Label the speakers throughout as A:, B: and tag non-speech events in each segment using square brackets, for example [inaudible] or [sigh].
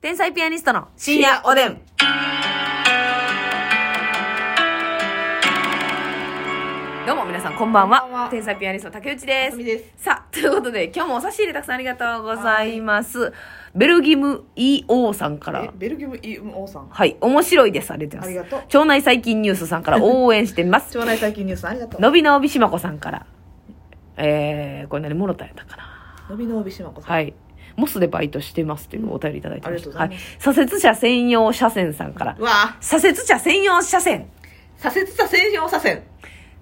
A: 天才ピアニストの
B: 深夜おでん。
A: どうも皆さんこんばんは
B: こんばんは
A: 天才ピアニストの竹内で
B: あ
A: す
B: さみです。
A: さあということで今日もお差し入れたくさんありがとうございます、ベルギム EO さんか
B: え
A: ら、
B: ベルギウムイウム王さん。
A: はい面白いですありがとう
B: あ
A: ござ
B: り
A: いま
B: がとう
A: す。腸内細菌ニュースさん [laughs] から応援してます
B: 腸内細菌ニュースありがとう。
A: のびのびしまこさんからえー、これ何もろたんやったかな
B: のびのびしまこさん。
A: はいモスでバイトしてますっていうお便りいただいてました、
B: うんありがとうござ
A: は
B: い
A: い、左折車専用車線さんから
B: うわ
A: 左折車専用車線
B: ぁ。左折者専用左遷。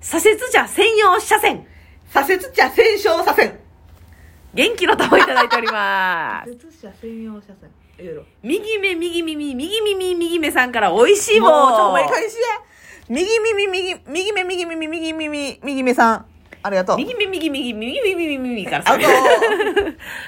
A: 左折車専用車線
B: 左折者専用左遷。
A: 元気の玉いただいておりま
B: [laughs] 左
A: す。
B: 折者専用左遷。いろいろ。
A: 右目、右耳、右耳、右目さんから美味しい棒。
B: もう、ちょ、お前返しや。右耳、右、右目、右耳、右耳、右目さん。ありがとう。
A: 右目、右右、右右、右右から
B: あ
A: さ
B: と、。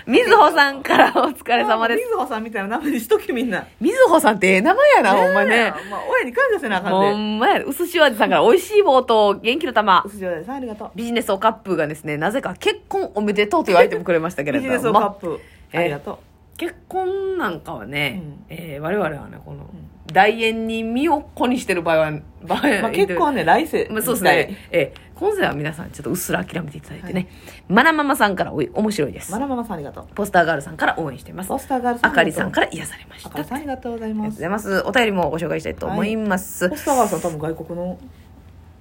A: みずほさんからお疲れ様です。
B: みずほさんみたいな名前にしとき [laughs] みんな。
A: みずほさんってええ名前やな、ほんまね。。
B: まあ、親に感謝せなあかん
A: ほ
B: で。
A: んまや。うすしお味さんから美味しい棒と元気の玉
B: う。すじょうさん、ありがとう。
A: ビジネスおカップがですね、なぜか結婚おめでとうというアイテムくれましたけれ
B: ビ
A: ど
B: ジ
A: も。
B: ネスをカップ。
A: えー
B: ありがとう。
A: 結婚なんかはね、
B: うん
A: えー我々はねこの大縁に身を粉にしてる場合は場合は、
B: まあ、結構ね、来世。
A: まあ、そうですね。えー今世は皆さんちょっとうっすら諦めていただいてね、まなママさんからおい面白いです
B: まなママさんありがとう。
A: ポスターガールさんから応援しています
B: ポスターガールさん
A: あかりさん
B: か
A: から癒されましたあ
B: あか
A: りが
B: りさんありがとうござい
A: とう
B: ま
A: ご
B: す
A: ざいますお便りもご紹介したいと思います、
B: ポスターガールさん多分外国の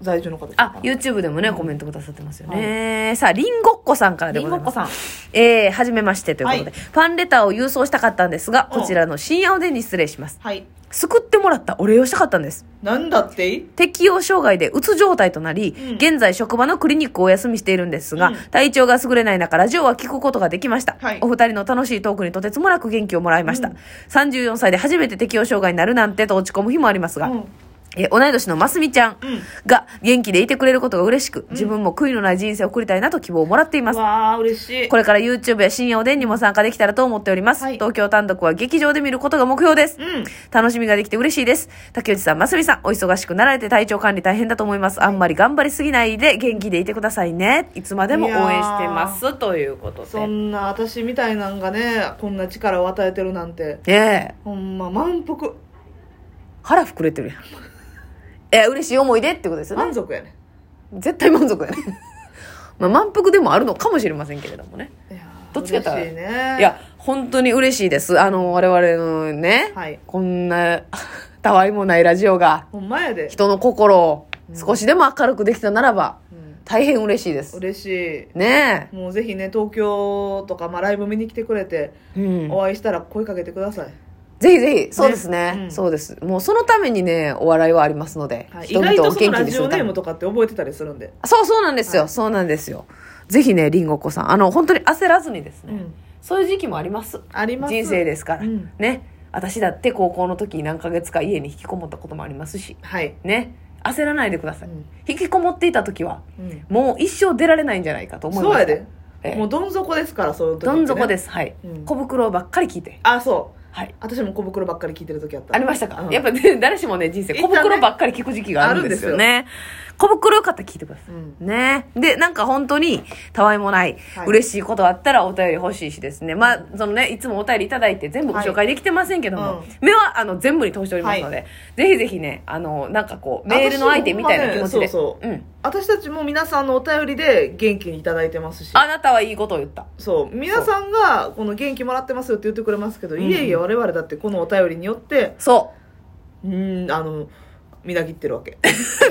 B: 在住の方です
A: あ、YouTube でもね、コメントくださってますよね。さあ、りんごっこさんからで
B: り
A: ござ
B: んご
A: い
B: っ
A: ま
B: こ
A: す。
B: さん
A: えー、はじめましてということで、
B: はい
A: ファンレターを郵送したかったんですが、こちらの深夜おでんに失礼します。
B: はい
A: 救ってもらったお礼をしたかったんです。
B: なんだって
A: 適応障害でうつ状態となり、
B: うん
A: 現在職場のクリニックをお休みしているんですが、
B: うん
A: 体調が優れない中ラジオは聞くことができました、
B: はい
A: お二人の楽しいトークにとてつもなく元気をもらいました、34歳で初めて適応障害になるなんてと落ち込む日もあります
B: う
A: が、
B: ん
A: え同い年のますみちゃん
B: うん
A: が元気でいてくれることが嬉しく、自分も悔いのない人生を送りたいなと希望をもらっています
B: わあ嬉しい
A: これから YouTube や深夜おでんにも参加できたらと思っております、
B: はい
A: 東京単独は劇場で見ることが目標です、
B: うん
A: 楽しみができて嬉しいです竹内さんますみさんお忙しくなられて体調管理大変だと思いますあんまり頑張りすぎないで元気でいてくださいねいつまでも応援してますということ
B: そ
A: で
B: んな私みたいなんがねこんな力を与えてるなんて
A: ええ
B: ほんま満腹
A: 腹膨れてるやんええ嬉しい思い出ってことですよね
B: 満足やね
A: 絶対満足やね [laughs] まあ満腹でもあるのかもしれませんけれどもね
B: いやー
A: どっちかやったら
B: 嬉しいね
A: いや本当に嬉しいですあの我々のね、
B: はい
A: こんな [laughs] たわいもないラジオが
B: ほんまやで
A: 人の心を少しでも明るくできたならば
B: うん
A: 大変嬉しいです
B: 嬉し
A: ね
B: いもうぜひね東京とかまあライブ見に来てくれて
A: え、うん、
B: お会いしたら声かけてください
A: ぜひぜひ、そうですね。
B: うん
A: そうです。もうそのためにね、お笑いはありますので、
B: はい意外
A: を
B: とそのラ
A: に
B: ジオネー
A: め
B: ムとかって覚えてたりするんで
A: そうそうなんですよ、
B: はい
A: そうなんですよ。ぜひね、りんごっこさん、あの、本当に焦らずにです
B: う
A: ね、
B: ん
A: そういう時期もあります。
B: あります
A: 人生ですから、
B: うん
A: ね。私だって高校の時に何ヶ月か家に引きこもったこともありますし、
B: はい
A: ね。焦らないでください。
B: うん
A: 引きこもっていた時は、
B: うん
A: もう一生出られないんじゃないかと思います。
B: そうやで
A: ええ
B: もうどん底ですからそういう時って
A: ど
B: ね
A: ん底です。はい。
B: うん
A: 小袋ばっかり聞いて。
B: あそう
A: はい。
B: 私も小袋ばっかり聞いてる時あった
A: ありましたか、
B: うん
A: やっぱ、ね、誰しもね、人生、小袋ばっかり聞く時期があるんですよね。小袋よかったら聞いてください。
B: うん
A: ねで、なんか本当に、たわいもない、
B: はい
A: 嬉しいことあったらお便り欲しいしですね。まあ、そのね、いつもお便りいただいて全部ご紹介できてませんけども、
B: はいうん
A: 目は、あの、全部に通しておりますので、ぜひぜひね、あの、なんかこう、メールの相手みたいな気持ちで。
B: 私もほんまねそうそ
A: うん。
B: 私たちも皆さんのお便りで元気にいただいてますし
A: あなたはいいことを言った。
B: そう皆さんがこの元気もらってますよって言ってくれますけど、
A: ん
B: いえいえ我々だってこのお便りによって
A: そう
B: ーんあのみなぎってる
A: [laughs]
B: わけ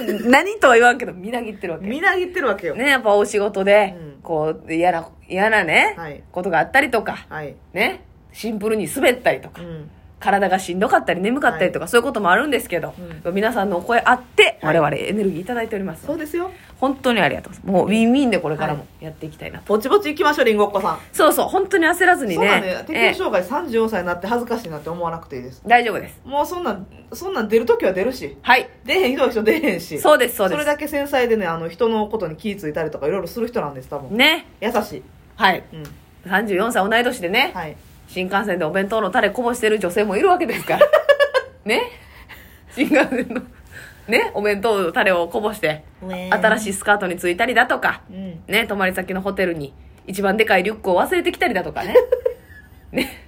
A: う。何とは言わんけど、みなぎってるわけ。
B: みなぎってるわけよ、
A: ね、やっぱお仕事で、
B: うん
A: こう、嫌な、嫌なね、
B: はい
A: ことがあったりとか、
B: はい、
A: ね、シンプルに滑ったりと
B: う
A: か、
B: ん、
A: 体がしんどかったり眠かったりとか、そういうこともあるんですけど、皆さんのお声あって、
B: はい
A: 我々エネルギーいただいております
B: そうですよ
A: 本当にありがとうございますもうウィンウィンでこれからもやっていきたいなと、
B: ぼちぼち行きましょうりんごっこさん、
A: そうそう本当に焦らずに
B: そう
A: ね
B: だね
A: え
B: 適応障害34歳になって恥ずかしいなって思わなくていいです
A: え大丈夫です
B: もうそんなんそんなん出る時は出るし
A: はい
B: 出へん人は人出へんし
A: そうですそうで
B: それ
A: す
B: だけ繊細でねあの人のことに気ぃついたりとかいろいろする人なんです多分
A: ね
B: 優しい、
A: はい
B: うん、
A: 34歳同い年でね、
B: はい
A: 新幹線でお弁当のタレこぼしてる女性もいるわけです
B: [laughs]
A: からね新幹線のねお弁当のタレをこぼして新し
B: い、
A: いスカートについたりだとか
B: うん、
A: ね、
B: [laughs]
A: 泊まり先のホテルに一番でかいリュックを忘れてきたりだとかね。ね。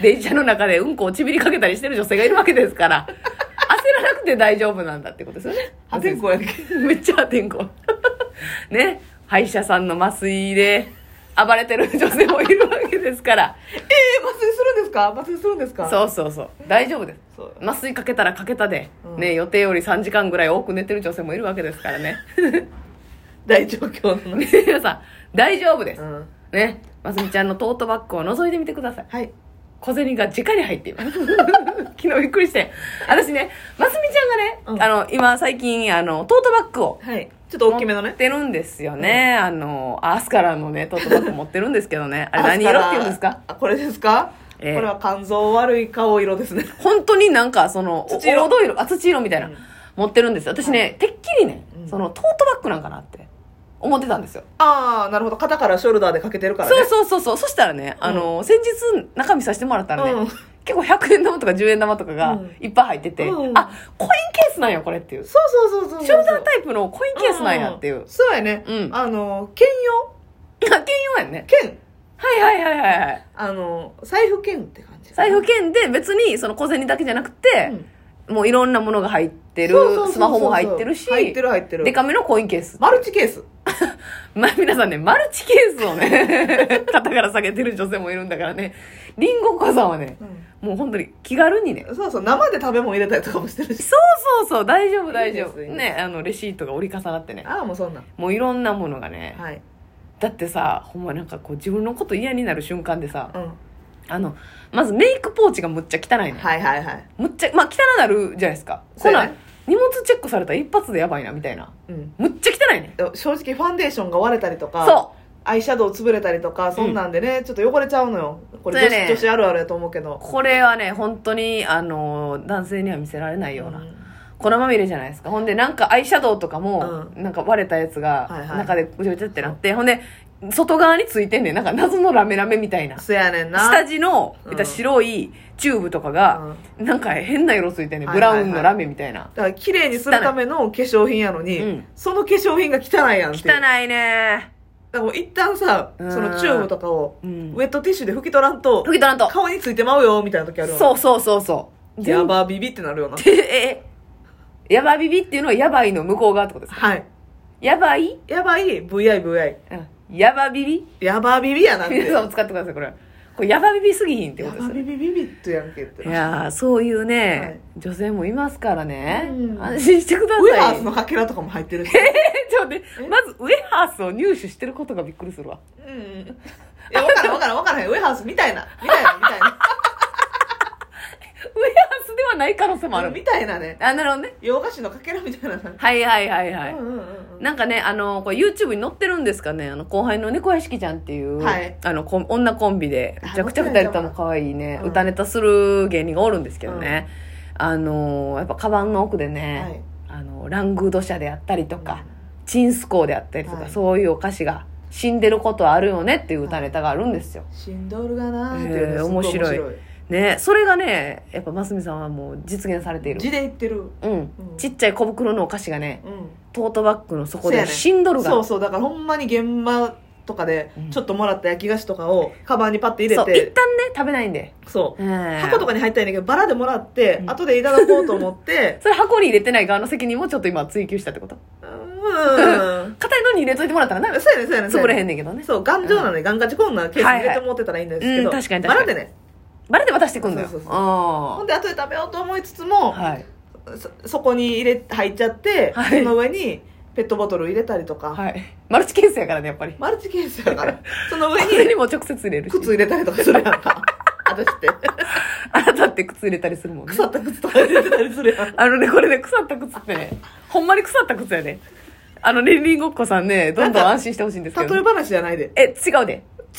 A: 電車の中でうんこをちびりかけたりしてる女性がいるわけですから、焦らなくて大丈夫なんだってことですよね。
B: 破天荒やけ
A: [laughs] めっちゃ破天荒。ね、歯医者さんの麻酔で暴れてる女性もいるわけですから。
B: えー、麻酔するんですか麻酔するんですかう
A: そうそうそう。大丈夫です。
B: そう
A: 麻酔かけたらかけたで、
B: うん
A: ね、予定より3時間ぐらい多く寝てる女性もいるわけですから
B: [laughs]
A: ね。
B: 大状況なの、
A: 皆さん、大丈夫です。
B: うん、
A: ね、ますみちゃんのトートバッグを覗いてみてください。
B: はい
A: 小銭が直に入っています。 [laughs] 昨日びっくりして。私ね、ますみちゃんがね、
B: うん
A: あの、今最近、あの、トートバッグを。
B: はいちょっと大きめの
A: 持
B: ね
A: ってるんですよね。あの、アスカラのね、トートバッグ持ってるんですけどね。あれ何色って言うんですか
B: あこれですか、
A: ええ
B: これは肝臓悪い顔色ですね
A: 本当になんか、その、お
B: 土色
A: 黄土色、あ、土色みたいな、
B: うん
A: 持ってるんですよ。私ね、てっきりね、
B: うん
A: その、トートバッグなんかなって、思ってたんですよ。
B: ああなるほど肩からショルダーでかけてるからね
A: そうそうそうそう。そしたらね、あの、先日中身させてもらったらね、
B: うん
A: 結構100円玉とか10円玉とかが
B: うん
A: いっぱい入ってて、
B: うん
A: あ、コインケースなんや、これっていう。シ
B: そうそうそうそうそう
A: ョルダータイプのコインケースなんやっていう。
B: んそうやね、
A: うん
B: あの兼用
A: 兼用やんね。
B: 兼
A: はいはいはいはいはい。
B: あの財布兼って感じ
A: 財布兼で別にその小銭だけじゃなくて、もういろんなものが入ってる
B: そうそうそうそう、
A: スマホも入ってるし、
B: 入ってる入ってる
A: デカめのコインケース。
B: マルチケース
A: まあ皆さんね、マルチケースをね、 [laughs] 肩から下げてる女性もいるんだからね、リンゴ子さんはね、もう本当に気軽にね、
B: そうそう生で食べ物入れたりとかもしてるし
A: そうそうそう、大丈夫
B: いい
A: 大
B: で
A: 丈
B: す
A: 夫。
B: いいです
A: ね、あの、レシートが折り重なってね。
B: ああもうそんなん
A: もういろんなものがね。
B: はい、
A: だってさ、ほんまなんかこう自分のこと嫌になる瞬間でさ
B: う、ん、
A: あの、まずメイクポーチがむっちゃ汚いの。
B: はいはいはい
A: むっちゃ、まあ汚なるじゃないですか。
B: そ
A: ほ
B: うや
A: ら、
B: ね
A: 荷物チェックされたら一発でやばいな、みたいな。
B: うん
A: むっちゃ汚いね。
B: 正直ファンデーションが割れたりとか
A: そ
B: アイシャドウ潰れたりとかそんなんでね、ちょっと汚れちゃうのよこれ女
A: そうや
B: 子,、
A: ね
B: 女子あるあるやと思うけ
A: う。
B: ど
A: これはね、本当に、あの、男性には見せられないような。
B: ん
A: 粉まみれじゃないですか。ほんで、なんかアイシャドウとかも、
B: う
A: なんか割れたやつが
B: はいは、い
A: 中でぐちゃぐちゃってなって、ほんで、外側についてんねん。なんか謎のラメラメみたいな。
B: そやねんな
A: 下地の、
B: うん
A: えっと白いチューブとかが、なんか変な色ついてんねん。
B: はい
A: ブ
B: はい
A: ラ
B: はい
A: ウンのラメみたいな。
B: だから綺麗にするための化粧品やのに、
A: うん
B: その化粧品が汚いやんっていうだか
A: 汚いね
B: らもう一旦さ
A: うん
B: そのチューブとかを
A: うん
B: ウェットティッシュで拭き取らんと
A: ふきとなんと。
B: 顔についてまうよみたいな時あるよな
A: そうそうそうそう。
B: やばビビってなるよな
A: 全然。え、えやばビビっていうのはやばいの向こう側ってことですか
B: はい
A: やばい
B: やばい VIVI
A: うんやばビビ
B: やばビビやなん
A: [laughs]
B: て
A: 皆さんも使ってください、これ。これやばビビすぎひんってこ
B: や
A: とです
B: ば
A: よね。
B: ビビビビってやんけって
A: い
B: ウェ
A: やーそういうね、
B: はい
A: 女性もいますからね、
B: うん
A: 安心してくだ
B: ハ
A: さい
B: ースのかけらとかも入ってるし、
A: えちょっと待って
B: え
A: まずウェハースを入手してることがびっくりするわ
B: うんうんいや分からん分からん分からへんウェハースみたいなみたいなみた
A: [laughs]
B: いな
A: ウェハースではない可能性もある
B: みたいなね
A: あなるほどね
B: 洋菓子のかけらみたいななんか
A: はいはいはいはい、
B: うんうんうんうん
A: なんかね、あの、これ YouTube に載ってるんですかね、あの、後輩の猫屋敷ちゃんっていう、
B: はい
A: あの、こ女コンビで、めちゃくちゃ
B: あ
A: 二
B: 載ってな
A: 人
B: い
A: とも可愛いね、
B: うん
A: 歌ネタする芸人がおるんですけどね、あの、やっぱカバンの奥でね、あの、ラングド社であったりと
B: は
A: か
B: い、
A: チンスコーであったりとか、
B: はい
A: そういうお菓子が死んでることあるよねっていう歌ネタがあるんですよ。
B: 死んどるがなーって
A: えー面白い
B: すっご
A: ね、それがね、やっぱますみさんはもう実現されている。
B: 字で言ってる
A: うん
B: う。ん
A: ちっちゃい小袋のお菓子がね、
B: う
A: トートバッグの底
B: そうや
A: で
B: ね
A: 死んどる
B: ん
A: が、
B: そうそうだからほんまに現場とかで
A: うん
B: ちょっともらった焼き菓子とかをカバンにパッて入れ
A: そう、一
B: て
A: 旦ね、食べないんで。
B: そう箱
A: 箱
B: とかに入ったんだけどバラでもらって
A: うん
B: 後でいただこうと思って
A: それ箱に入れてない側の責任もちょっと今追求したってこと
B: うーん
A: 硬いのに入れといてもらったらな
B: そうやねんそうやねんそ
A: 潰
B: うや
A: れ
B: ね
A: へ
B: ん
A: んねんけどね
B: そう頑丈なのでガンガチこんなケースに入れ
A: はい
B: て
A: はい
B: 持ってたらいいんですけど
A: うん確かに確
B: バ
A: かに
B: ラでね
A: バレて渡してくんだよ
B: そうそうそうほ
A: あ
B: んで後で食べようと思いつつも
A: あはい
B: そそこに入れ入っちゃって
A: はい
B: その上にペットボトル入れたりとか
A: はいマルチケースやからねやっぱり
B: マルチケース
A: [laughs]
B: やからその上
A: それ
B: に
A: にも直接入れるし
B: 靴入れたりとかするやんか [laughs] 私って
A: あなたって靴入れたりするもんね
B: 腐った靴とか入れてたりするやん
A: あのねこれね腐った靴ってねほんまに腐った靴やねあのねりんごっこさんねどんどん安心してほしいんですけ
B: 例え
A: ど
B: 話じゃないで
A: え違うで
B: 違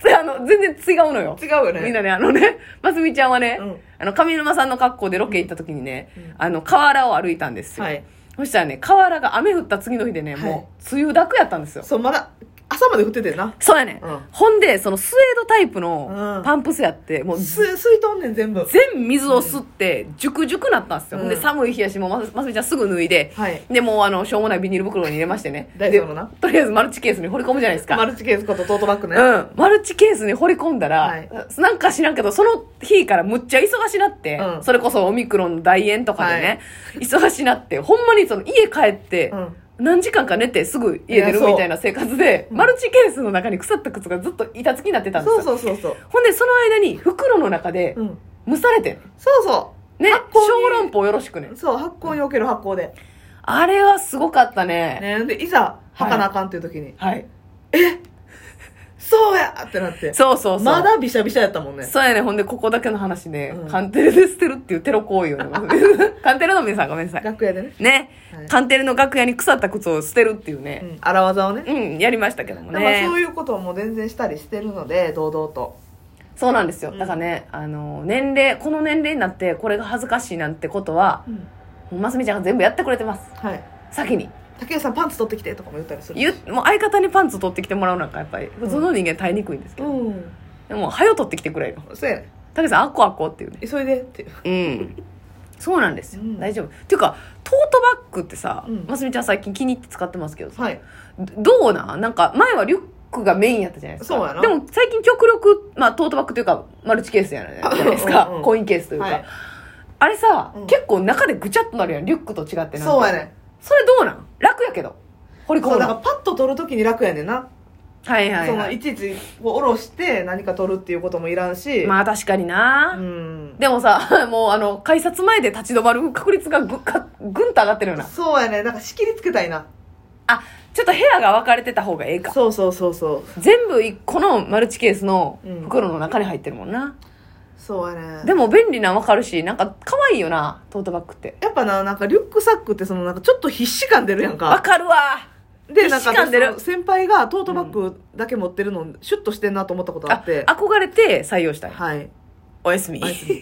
A: それあの全然違うのよ
B: う違うよね
A: みんなね、あのね、 [laughs] ますみちゃんはね、
B: うん
A: あの、上沼さんの格好でロケ行った時にね、
B: うん
A: あの、河原を歩いたんですよ。
B: はい
A: そしたらね、河原が雨降った次の日でね、
B: はい
A: もう、梅雨だくやったんですよ。
B: そうまだ朝まで降っててんな。
A: そうやね、
B: うん
A: ん。ほんで、そのスウェードタイプ
B: う
A: の
B: ん
A: パンプスやって、もう
B: す、吸いとんねん、全部。
A: 全水を吸って、熟熟なったんですよ。
B: うん
A: ほんで、寒い日やし、もうまさ、まさみちゃんすぐ脱いで、
B: はい
A: で、もうあの、しょうもないビニール袋に入れましてね。
B: 大丈夫のな。
A: とりあえずマルチケースに掘り込むじゃないですか。
B: マルチケースことトートバッグね。
A: うん。マルチケースに掘り込んだら、
B: はい
A: なんか知らんけど、その日からむっちゃ忙しなって、
B: うん
A: それこそオミクロンの大炎とかでね、忙しなって、ほんまにその家帰って、
B: うん
A: 何時間か寝てすぐ家出る
B: いやそう
A: みたいな生活で、マルチケースの中に腐った靴がずっと板付きになってたんですよ。
B: そうそうそうそう。
A: ほんで、その間に袋の中で
B: う、ん。
A: 蒸されてん
B: そうそ
A: ね、
B: 発酵に
A: 小籠包よろしくね
B: う。。そう、発酵における発酵で。
A: あれはすごかったね。
B: ね、で、いざ、吐かなあかんっていう時に、
A: はい。
B: そうやってなって。
A: そうそうそう。
B: まだびしゃびしゃやったもんね。
A: そうやね。ほんで、ここだけの話で、
B: うん
A: カンテレで捨てるっていうテロ行為を
B: [laughs]
A: ね、まずカンテレの皆さんごめんなさい。
B: 楽屋でね。
A: ね、
B: はい
A: カンテレの楽屋に腐った靴を捨てるっていう
B: う
A: ね。
B: ん。荒技をね。
A: うん、やりましたけども
B: だから
A: ね。
B: そ
A: そう
B: ういうことをもう全然したりしてるので、堂々と。
A: なんですよ。だからね、あの、年齢、この年齢になってこれが恥ずかしいなんてことは、ますみちゃんが全部やってくれてます。
B: はい。
A: 先に。
B: 竹内さんパンツ取ってきてとかも言ったりする。
A: 言うもう相方にパンツ取ってきてもらうなんかやっぱり、普通の人間耐えにくいんですけど。
B: うん。
A: でも、はよ取ってきてくれよ。
B: そうやね。
A: たけさん、あっこあっこっていうね。
B: 急いでっていう。
A: うん。そうなんですよ。
B: うん
A: 大丈夫。っていうか、トートバッグってさ、
B: うん
A: ますみちゃん最近気に入って使ってますけどさ、
B: はい。
A: どうなんなんか前はリュックがメインやったじゃないですか。
B: そうやな
A: でも最近極力、まあトートバッグというか、マルチケースやないじゃないですか。
B: うんうん
A: コインケースというか。
B: はい
A: あれさ、
B: うん
A: 結構中でぐちゃっとなるやん。リュックと違ってなんか
B: そうやね。
A: それどうなん楽やけど。掘り込
B: そ
A: む
B: う、だから
A: の。
B: パッと取るときに楽やねんな。
A: はいはい
B: そ
A: は
B: の、い
A: い。
B: ちいち、こう、下ろして何か取るっていうこともいらんし。
A: まあ確かにな、
B: うん。
A: でもさ、 [laughs] もうあの、改札前で立ち止まる確率がぐかぐんと上がってるような。
B: そうやね。だから仕切りつけたいな。
A: あ、ちょっと部屋が分かれてた方がええか。
B: そうそうそうそう。
A: 全部一個のマルチケースの
B: うん
A: 袋の中に入ってるもんな。
B: そうやね。
A: でも便利なん分かるし、なんか可愛いよな、トートバッグって。
B: やっぱな、なんかリュックサックってそのなんかちょっと必死感出るやん
A: 分
B: か。
A: かるわ
B: で、なんか
A: 必死感出る
B: その先輩がトートバッグだけ持ってるのシュッとしてんなと思ったことあ
A: あ
B: って。
A: 憧れて採用したい。
B: はい。
A: おやすみ
B: おやすみ。